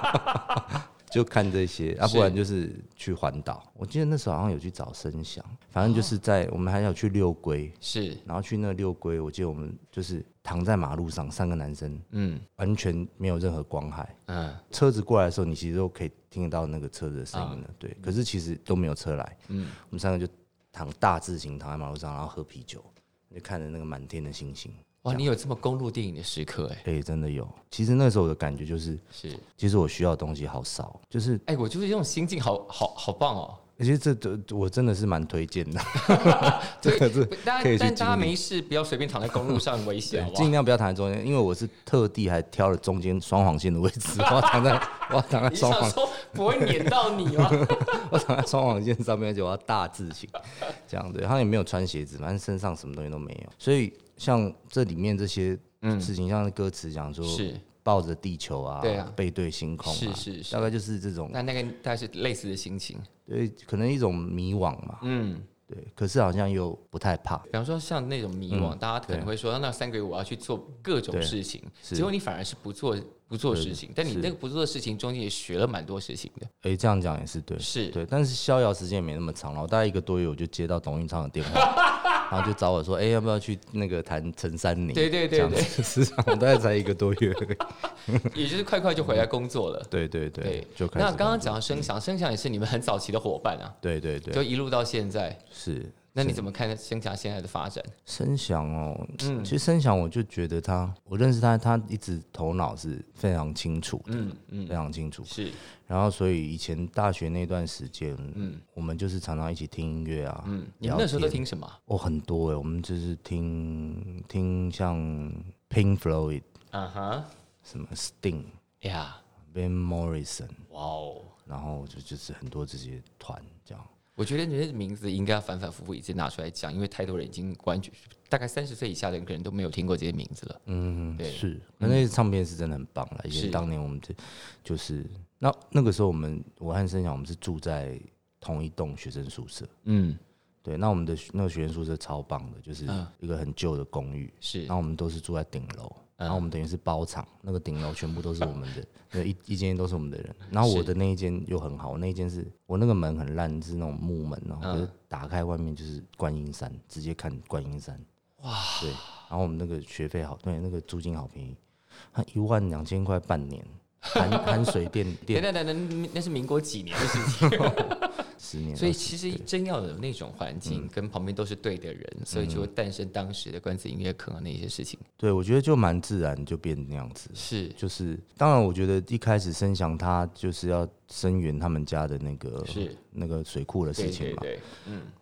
S1: 就看这些啊，不然就是去环岛。我记得那时候好像有去找声响，反正就是在我们还有去六龟，
S2: 是
S1: 然后去那六龟，我记得我们就是躺在马路上，三个男生
S2: 嗯
S1: 完全没有任何光害，
S2: 嗯
S1: 车子过来的时候，你其实都可以听得到那个车子的声音了，对。可是其实都没有车来，
S2: 啊嗯，
S1: 我们三个就躺大字型躺在马路上，然后喝啤酒，就看着那个满天的星星。
S2: 哇，你有这么公路电影的时刻哎、
S1: 哎、真的有。其实那时候我的感觉就是，
S2: 是
S1: 其实我需要的东西好少，就是
S2: 哎、我就是这种心境好，好好棒哦。
S1: 其实这这我真的是蛮推 荐的，
S2: 对，
S1: 个是
S2: 不大
S1: 可以
S2: 家
S1: 去
S2: 但大
S1: 经
S2: 家
S1: 历
S2: 没事，不要随便躺在公路上危险，好不好
S1: 尽？量不要躺在中间，因为我是特地还挑了中间双黄线的位置， 我要躺在我要躺在
S2: 你
S1: 双
S2: 想
S1: 黄
S2: 说不会碾到你 吗？
S1: 我躺在双黄线上面，而且我要大字型，这样对，他也没有穿鞋子，反正身上什么东西都没有，所以像这里面这些事情，像歌词讲说
S2: 是
S1: 抱着地球啊，
S2: 对啊
S1: 背对星空、啊，
S2: 是是是
S1: 大概就是这种，
S2: 那那个大概是类似的心情。
S1: 对，可能一种迷惘嘛，
S2: 嗯，
S1: 对，可是好像又不太怕，
S2: 比方说像那种迷
S1: 嗯
S2: 惘，大家可能会说，那三个月我要去做各种事情，
S1: 是
S2: 结果你反而是不做不做事情，但你
S1: 是
S2: 那个不做的事情中间也学了蛮多事情的，
S1: 哎、这样讲也是对，
S2: 是
S1: 对，但是逍遥时间也没那么长了，我大概一个多月我就接到董运昌的电话， 然后就找我说，哎、要不要去那个谈陈珊妮？
S2: 对对对
S1: 这样子 市场我大概才一个多月而已，
S2: 也就是快快就回来工作了。
S1: 对对嗯对，
S2: 对，
S1: 就开始。
S2: 那刚刚，讲到声响，声响也是你们很早期的伙伴啊，
S1: 对对对，
S2: 就一路到现在。
S1: 是
S2: 那你怎么看声响现在的发展？
S1: 声响哦，
S2: 嗯
S1: 其实声响我就觉得他，我认识他，他一直头脑是非常清楚的，
S2: 嗯嗯，
S1: 非常清楚。
S2: 是
S1: 然后所以以前大学那段时间，嗯，我们就是常常一起听音乐啊，嗯，
S2: 你们那时候都听什么啊？
S1: 哦很多哎，我们就是听听像 Pink Floyd、
S2: 啊哈
S1: 什么 Sting、
S2: 呀，
S1: Van Morrison，
S2: 哇哦！
S1: 然后就就是很多这些团这样。
S2: 我觉得你的名字应该要反反复复一直拿出来讲，因为太多人已经完全大概三十岁以下的人可能都没有听过这些名字了。
S1: 嗯，
S2: 对
S1: 是，那那些唱片是真的很棒了。以
S2: 是
S1: 前当年我们这就是那那个时候，我们我和申翔我们是住在同一栋学生宿舍。
S2: 嗯，
S1: 对，那我们的学那个学生宿舍超棒的，就是
S2: 嗯
S1: 一个很旧的公寓，
S2: 是嗯
S1: 然后我们都是住在顶楼，然后我们等于是包场，那个顶楼全部都是我们的， 那一一间都是我们的人。然后我的那一间又很好，我那一间是我那个门很烂，是那种木门，然
S2: 嗯
S1: 后可是打开外面就是观音山，直接看观音山。哇！对，然后我们那个学费好，对，那个租金好便宜，他一万两千块半年，含含水电
S2: 等
S1: 电
S2: 等等等，那是民国几年的事情，
S1: 十年，嗯
S2: 所以其实真要有那种环境，跟旁边都是对的人，所以就会诞生当时的关子音乐课那些事情。
S1: 对我觉得就蛮自然就变那样子。
S2: 是
S1: 就是，当然，我觉得一开始申翔他就是要声援他们家的那个
S2: 是
S1: 那个水库的事
S2: 对
S1: 情
S2: 对
S1: 嘛。
S2: 对，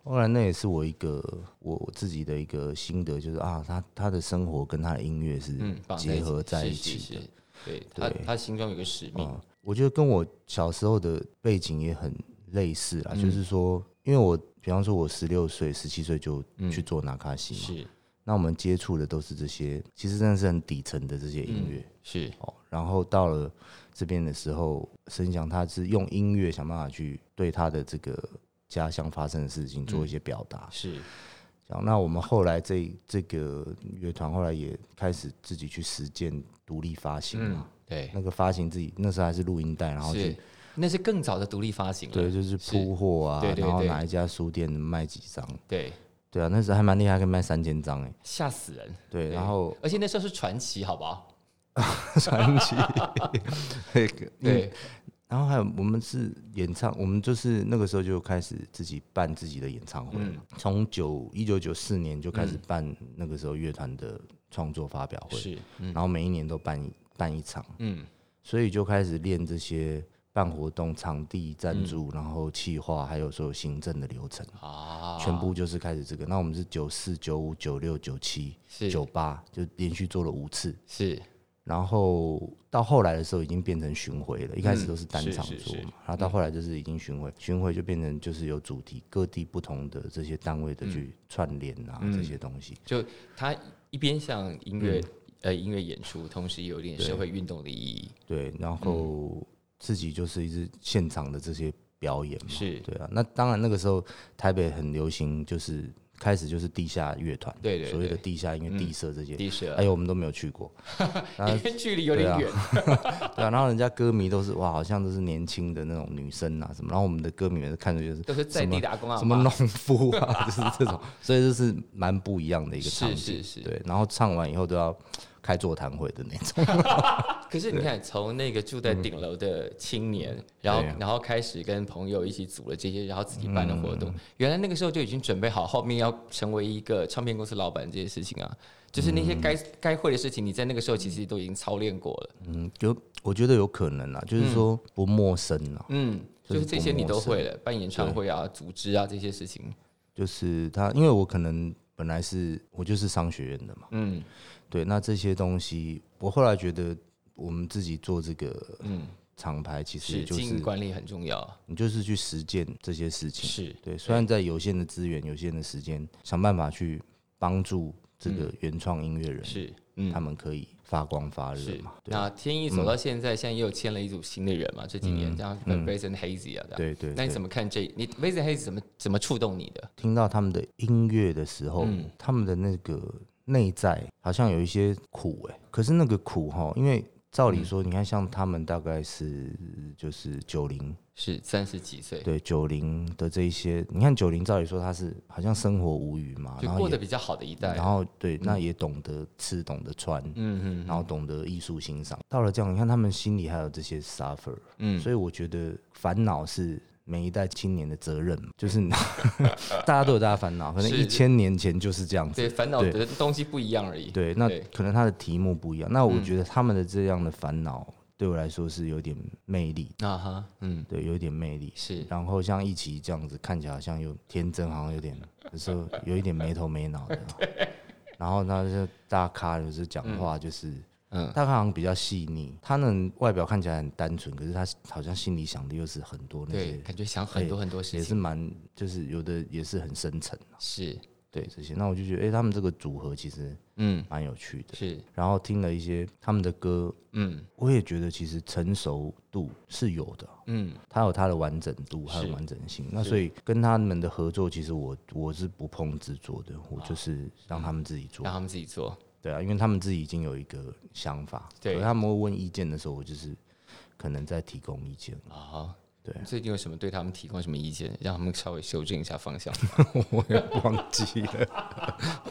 S1: 后来那也是我一个我我自己的一个心得，就是啊，他他的生活跟他的音乐是
S2: 嗯，绑
S1: 结合在
S2: 在
S1: 一
S2: 一
S1: 起
S2: 起是
S1: 的
S2: 是。是对他
S1: 对
S2: 他心中有个使命
S1: 嗯，我觉得跟我小时候的背景也很类似
S2: 嗯
S1: 啊，就是说，因为我比方说，我十六岁、十七岁就去做纳卡西嘛，
S2: 嗯是
S1: 那我们接触的都是这些，其实真的是很底层的这些
S2: 嗯
S1: 音乐。
S2: 是
S1: 哦，然后到了这边的时候，申翔他是用音乐想办法去对他的这个家乡发生的事情
S2: 嗯
S1: 做一些表达。
S2: 是
S1: 这样那我们后来这这个乐团后来也开始自己去实践独立发行嘛，
S2: 嗯对
S1: 那个发行自己嗯那时候还是录音带，然后
S2: 是
S1: 去。
S2: 那是更早的独立发行了，
S1: 对，就是铺货啊，
S2: 对对
S1: 然后
S2: 对
S1: 哪一家书店卖几张？
S2: 对，
S1: 对啊，那时候还蛮厉害，可以卖三千张哎。
S2: 吓死人。
S1: 对，
S2: 对
S1: 然后
S2: 而且那时候是传奇，好不好？
S1: 传 奇，那个
S2: 对，
S1: 然后还有我们是演唱，我们就是那个时候就开始自己办自己的演唱会嘛，
S2: 嗯
S1: 从九一九九四年就开始办那个时候乐团的创作发表会，
S2: 是，
S1: 然后每一年都办一办一场，
S2: 嗯，
S1: 所以就开始练这些办活动、场地、赞助，
S2: 嗯
S1: 然后企划，还有所有行政的流程，
S2: 啊，
S1: 全部就是开始这个。那我们是九四、九五、九六、九七、
S2: 是
S1: 九八，就连续做了五次。
S2: 是
S1: 然后到后来的时候已经变成巡回了，一开始都是单场
S2: 嗯是是
S1: 做
S2: 是嗯
S1: 嘛，然后到后来就是已经巡回，巡回就变成就是有主题，各地不同的这些单
S2: 嗯
S1: 位的去串联啊、这些东西，
S2: 就他一边像音乐、
S1: 嗯
S2: 呃音乐演出，同时也有一点社会运动的意义。
S1: 对，
S2: 嗯
S1: 然后自己就是一直现场的这些表演嘛，
S2: 是
S1: 对啊，那当然那个时候台北很流行，就是开始就是地下乐团，
S2: 对对
S1: 所谓的
S2: 对嗯
S1: 地下音乐、地社这些，
S2: 的确，
S1: 哎呦我们都没有去过，
S2: 因为距离有点远，
S1: 对啊，然后人家歌迷都是哇，好像都是年轻的那种女生啊什么，然后我们的歌迷们看着就是
S2: 都是在地打工啊，
S1: 什么农夫啊， 就是这种，所以这是蛮不一样的一个场
S2: 是
S1: 景。
S2: 是是。
S1: 对，然后唱完以后都要开座谈会的那种。
S2: 可是你看，从那个住在顶楼的青年，然后
S1: 嗯对啊
S2: 然后开始跟朋友一起组了这些，然后自己办的活动，
S1: 嗯
S2: 原来那个时候就已经准备好后面要成为一个唱片公司老板这些事情啊，就是那
S1: 嗯
S2: 些该、该会的事情，你在那个时候其实都已经操练过了，
S1: 嗯，有我觉得有可能啊，就是说不陌生啊，
S2: 嗯，
S1: 就
S2: 就
S1: 是
S2: 是这些
S1: 不
S2: 你
S1: 陌
S2: 都
S1: 生
S2: 会了，办演唱会啊、组织啊这些事情，
S1: 就是他，因为我可能本来是我就是商学院的嘛，
S2: 嗯，
S1: 对，那这些东西我后来觉得我们自己做这个嗯厂牌，其实
S2: 是
S1: 就
S2: 经营
S1: 是
S2: 管理很重要，
S1: 你就是去实践这些事情。
S2: 是
S1: 对，虽然在有限的资源、有限的时间，想办法去帮助这个原创音乐人。
S2: 是，嗯，
S1: 他们可以发光发热
S2: 是
S1: 嘛。对啊嗯
S2: 那天意走到现在，现在也有签了一组新的人嘛，这几年这样跟 Bass
S1: 嗯
S2: and Hazy 啊，这样
S1: 对对
S2: 那你
S1: 对
S2: 怎么看这？你 Bass and Hazy 怎么怎么触动你的？
S1: 听到他们的音乐的时候，
S2: 嗯
S1: 他们的那个内在好像有一些苦哎、可是那个苦哈，因为照
S2: 嗯
S1: 理说，你看像他们大概是就是九零
S2: 是三十几岁，
S1: 对九零的这一些，你看九零照理说他是好像生活无余嘛，
S2: 就
S1: 然后
S2: 过得
S1: 也
S2: 比较好的一代。
S1: 然，后对，那也懂得吃，懂得穿。
S2: 嗯嗯
S1: 然后懂得艺术欣赏，到了这样，你看他们心里还有这些 suffer，
S2: 嗯，
S1: 所以我觉得烦恼是每一代青年的责任 嘛，就是你 大家都有大家烦恼，可能
S2: 是
S1: 一千年前就是这样子。
S2: 对，烦恼
S1: 对
S2: 的东西不一样而已。
S1: 对，那
S2: 对嗯
S1: 可能他的题目不一样，那我觉得他们的这样的烦恼对我来说是有点魅力，
S2: 啊哈，嗯，
S1: 对，有点魅力。
S2: 是
S1: 然后像一起这样子，看起来好像又天真，好像有点有时 候有一点没头没脑的。然后他就大咖，有时候讲话就是，
S2: 嗯
S1: 大咖好像比较细腻，他呢外表看起来很单纯，可是他好像心里想的又是很多那
S2: 对，
S1: 些，
S2: 感觉想很多很多
S1: 哎也
S2: 事
S1: 是
S2: 情，
S1: 蛮就是有的也是很深沉啊、
S2: 是，
S1: 对这些。那我就觉得，哎、他们这个组合其实
S2: 嗯，
S1: 蛮有趣的。
S2: 是，
S1: 然后听了一些他们的歌，
S2: 嗯
S1: 我也觉得其实成熟度是有的，
S2: 嗯，
S1: 它有它的完整度，还
S2: 是
S1: 有完整性。那所以跟他们的合作，其实我我是不碰制作的，我
S2: 啊
S1: 就是让他们自己做
S2: 让。他们自己做，
S1: 对啊，因为他们自己已经有一个想法，
S2: 对
S1: 可是他们会问意见的时候，我就是可能在提供意见。
S2: 啊。
S1: 对
S2: 最近有什么对他们提供什么意见，让他们稍微修正一下方向？
S1: 我也忘记了，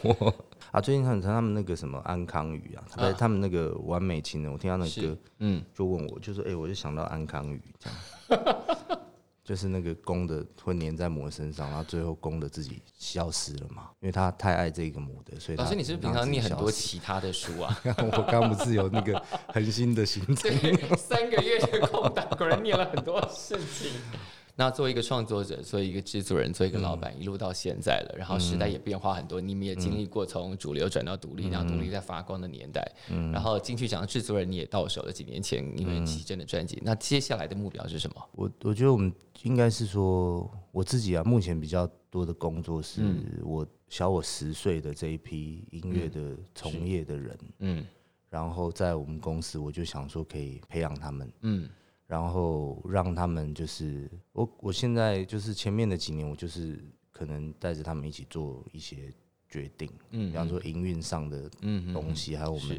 S1: 我啊，最近很他们那个什么安康宇啊，他们、他们那个完美情人，我听到那个
S2: 是
S1: 歌，
S2: 嗯，
S1: 就问我，就说哎、我就想到安康鱼这样， 就是那个公的会粘在母的身上，然后最后公的自己消失了嘛，因为他太爱这个母的，所以
S2: 老师，
S1: 它
S2: 你是不
S1: 让
S2: 是平常
S1: 自己
S2: 念很多
S1: 消失？
S2: 其他的书啊？
S1: 我刚刚不是有那个恒星的行程？
S2: 对，三个月的空档，果然念了很多事情。 那作为一个创作者，作为一个制作人，做一个老板，一路到现在了，然后时代也变化很多，你们也经历过从主流转到独立，然后独立在发光的年代，然后金曲奖的制作人你也到手了，几年前因为奇珍的专辑，那接下来的目标是什么？
S1: 我我觉得我们应该是说我自己啊，目前比较多的工作是我小我十岁的这一批音乐的从业的人，
S2: 嗯
S1: 然后在我们公司我就想说可以培养他们，
S2: 嗯
S1: 然后让他们就是我，我现在就是前面的几年，我就是可能带着他们一起做一些决定，
S2: 嗯
S1: 比方说营运上的
S2: 嗯嗯，
S1: 东西，还有我们
S2: 是，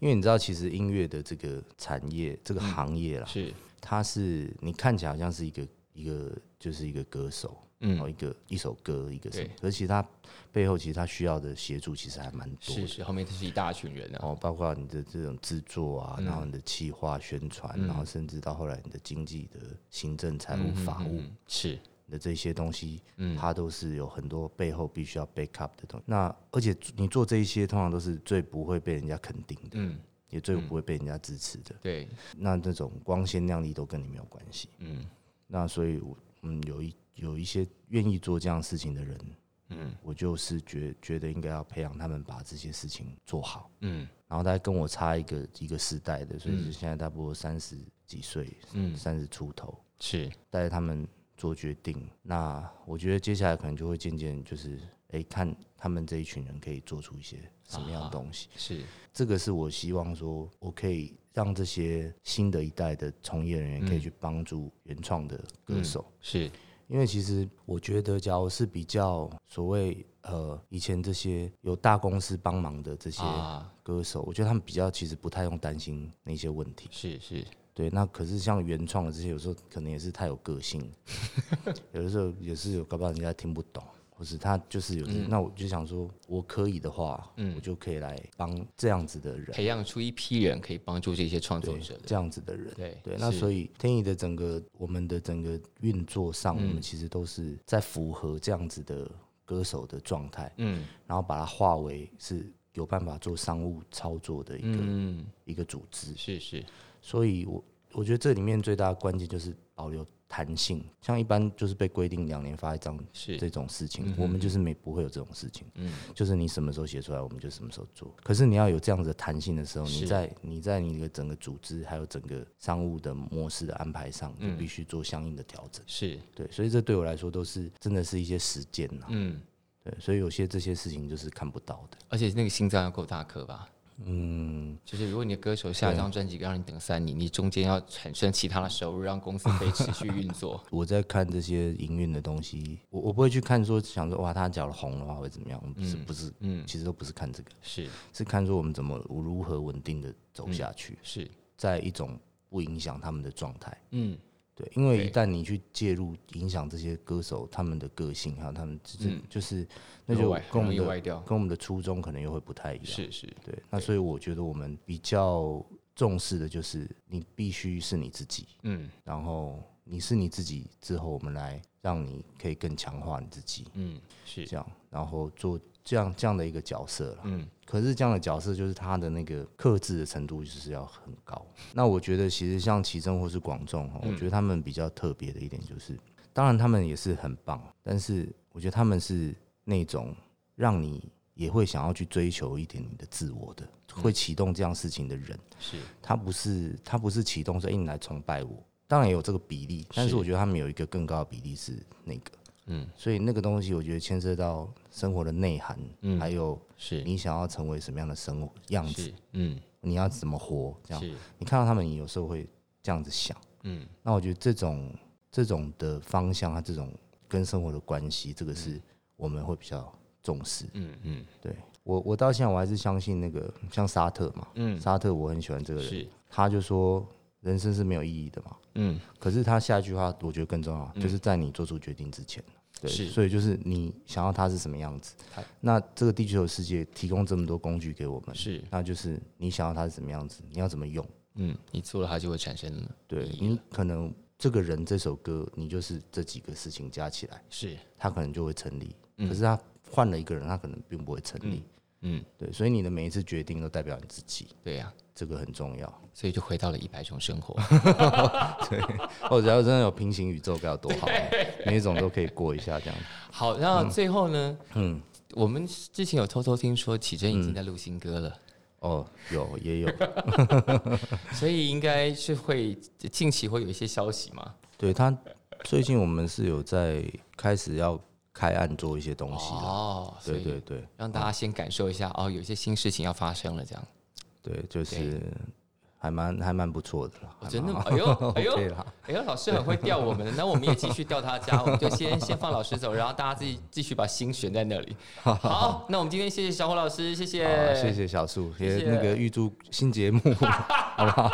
S1: 因为你知道，其实音乐的这个产业、这个行业啦，
S2: 嗯是
S1: 它是你看起来好像是一个一个就是一个歌手，然后
S2: 嗯
S1: 一个一首歌一个什么
S2: 对，
S1: 而其实它背后其实它需要的协助其实还蛮多
S2: 是
S1: 的。
S2: 是，后面就是一大群人啊，
S1: 哦，包括你的这种制作啊，
S2: 嗯
S1: 然后你的企划、宣传，然后甚至到后来你的经济的行政、财务、法务
S2: 嗯是
S1: 你的这些东西，
S2: 嗯
S1: 它都是有很多背后必须要 back up 的东西。那而且你做这一些，通常都是最不会被人家肯定的，
S2: 嗯
S1: 也最不会被人家支持的。
S2: 对
S1: 那这种光鲜亮丽都跟你没有关系。
S2: 嗯
S1: 那所以我，嗯，有一有一些愿意做这样事情的人，
S2: 嗯
S1: 我就是觉觉得应该要培养他们把这些事情做好。
S2: 嗯
S1: 然后大概跟我差一个一个世代的，所以就现在差不多三十几岁，
S2: 嗯
S1: 三十出头，
S2: 是
S1: 带着他们做决定。那我觉得接下来可能就会渐渐就是，哎、看他们这一群人可以做出一些什么样
S2: 啊
S1: 的东西。
S2: 是
S1: 这个是我希望说，我可以让这些新的一代的从业人员
S2: 嗯
S1: 可以去帮助原创的歌手。
S2: 是
S1: 因为其实我觉得，假如是比较所谓呃以前这些有大公司帮忙的这些
S2: 啊
S1: 歌手，我觉得他们比较其实不太用担心那些问题。
S2: 是是
S1: 对，那可是像原创的这些，有时候可能也是太有个性，有的时候也是有搞不好人家听不懂，或是他就是有这，那我就想说，我可以的话，我就可以来帮这样子的人，
S2: 培养出一批人可以帮助这些创作
S1: 对
S2: 者，的。
S1: 这样子的人。
S2: 对
S1: 对，那
S2: 是
S1: 所以天意的整个我们的整个运作上，我们其实都是在符合这样子的歌手的状态，
S2: 嗯
S1: 然后把它化为是有办法做商务操作的一个、
S2: 嗯，
S1: 一个组织。
S2: 是是
S1: 所以我我觉得这里面最大的关键就是保留弹性，像一般就是被规定两年发一张
S2: 是，
S1: 这种事情，我们就是没不会有这种事情，
S2: 嗯
S1: 就是你什么时候写出来，我们就什么时候做。可是你要有这样子的弹性的时候，你在你在你的整个组织还有整个商务的模式的安排上，就
S2: 嗯
S1: 必须做相应的调整。
S2: 是
S1: 对，所以这对我来说都是真的是一些实践呐、
S2: 嗯，
S1: 对，所以有些这些事情就是看不到的。
S2: 而且那个心脏要够大颗吧？
S1: 嗯，
S2: 就是如果你的歌手下一张专辑让你等三年，你中间要产生其他的收入，让公司可以持续运作。
S1: 我在看这些营运的东西，我我不会去看说想说哇，他假如红的话会怎么样？我们不是不是，
S2: 嗯，
S1: 其实都不是看这个，
S2: 是
S1: 是看说我们怎么如何稳定的走
S2: 嗯
S1: 下去，
S2: 是，
S1: 在一种不影响他们的状态。
S2: 嗯
S1: 对，因为
S2: 对
S1: 一旦你去介入影响这些歌手他们的个性，还有他们就是、
S2: 嗯
S1: 就是，那
S2: 容易
S1: 就
S2: 歪
S1: 跟我
S2: 容
S1: 们
S2: 易
S1: 的
S2: 歪掉
S1: 跟我们的初衷可能又会不太一样。
S2: 是是，
S1: 对，那所以我觉得我们比较重视的就是你必须是你自己，
S2: 嗯
S1: 然后你是你自己之后，我们来让你可以更强化你自己，
S2: 嗯是，
S1: 这样，然后做这样这样的一个角色了。
S2: 嗯
S1: 可是这样的角色，就是他的那个克制的程度，就是要很高。那我觉得，其实像奇正或是广众哈，
S2: 嗯
S1: 我觉得他们比较特别的一点就是，当然他们也是很棒，但是我觉得他们是那种让你也会想要去追求一点你的自我的，会
S2: 嗯
S1: 启动这样事情的人。
S2: 是，
S1: 他不是他不是启动说，哎、你来崇拜我。当然也有这个比例，但是
S2: 是
S1: 我觉得他们有一个更高的比例是那个，
S2: 嗯
S1: 所以那个东西我觉得牵涉到生活的内涵，
S2: 嗯
S1: 还有
S2: 是
S1: 你想要成为什么样的生活样子，
S2: 是，嗯
S1: 你要怎么活，这样。
S2: 是，
S1: 你看到他们，你有时候会这样子想。
S2: 嗯
S1: 那我觉得这种这种的方向，它这种跟生活的关系，这个是我们会比较重视。
S2: 嗯嗯
S1: 对我，我到现在我还是相信那个像沙特嘛，
S2: 嗯
S1: 沙特我很喜欢这个人，
S2: 是，
S1: 他就说人生是没有意义的嘛。
S2: 嗯
S1: 可是他下一句话，我觉得更重要，就是在你做出决定之前。对，
S2: 是
S1: 所以就是你想要它是什么样子
S2: 好，
S1: 那这个地球的世界提供这么多工具给我们，
S2: 是，
S1: 那就是你想要它是什么样子，你要怎么用。
S2: 嗯你做了它就会产生
S1: 对
S2: 意义
S1: 你可能这个人这首歌，你就是这几个事情加起来，
S2: 是，
S1: 它可能就会成立。可是他换了一个人，他可能并不会成立。
S2: 嗯
S1: 对，所以你的每一次决定都代表你自己，
S2: 对呀、
S1: 这个很重要。
S2: 所以就回到了一百种 生活。
S1: 哦，只要真的有平行宇宙，该有多好啊！每一种都可以过一下这样。
S2: 好，那最后呢？嗯，我们之前有偷偷听说启真已经在录新歌了，
S1: 哦，有也有，嗯
S2: 所以应该是会近期会有一些消息嘛？
S1: 对他最近我们是有在开始要开案做一些东西了。
S2: 哦，所
S1: 对对
S2: 以
S1: 对
S2: 让大家先感受一下哦，有一些新事情要发生了，这样。
S1: 对，就是还蛮还蛮不错的啦
S2: 哦，真的吗？
S1: 还
S2: 哎
S1: 蛮
S2: 呦
S1: 好
S2: 哎呦
S1: ，OK 啦。
S2: 哎呦，老师很会钓我们的，那我们也继续钓他家，我们就 先先放老师走，然后大家自己继续把心悬在那里。好，那我们今天谢谢小虎老师，谢
S1: 好
S2: 谢，
S1: 谢。谢小树，也
S2: 谢谢
S1: 那个预祝新节 目好不好？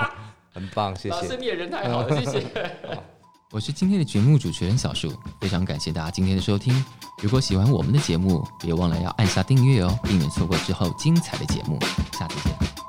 S1: 很棒，谢
S2: 老师
S1: 谢。
S2: 你也人太 好了，谢谢。我是今天的节目主持人小树，非常感谢大家今天的收听。如果喜欢我们的节目，别忘了要按下订阅哦，避免错过之后精彩的节目。下次见。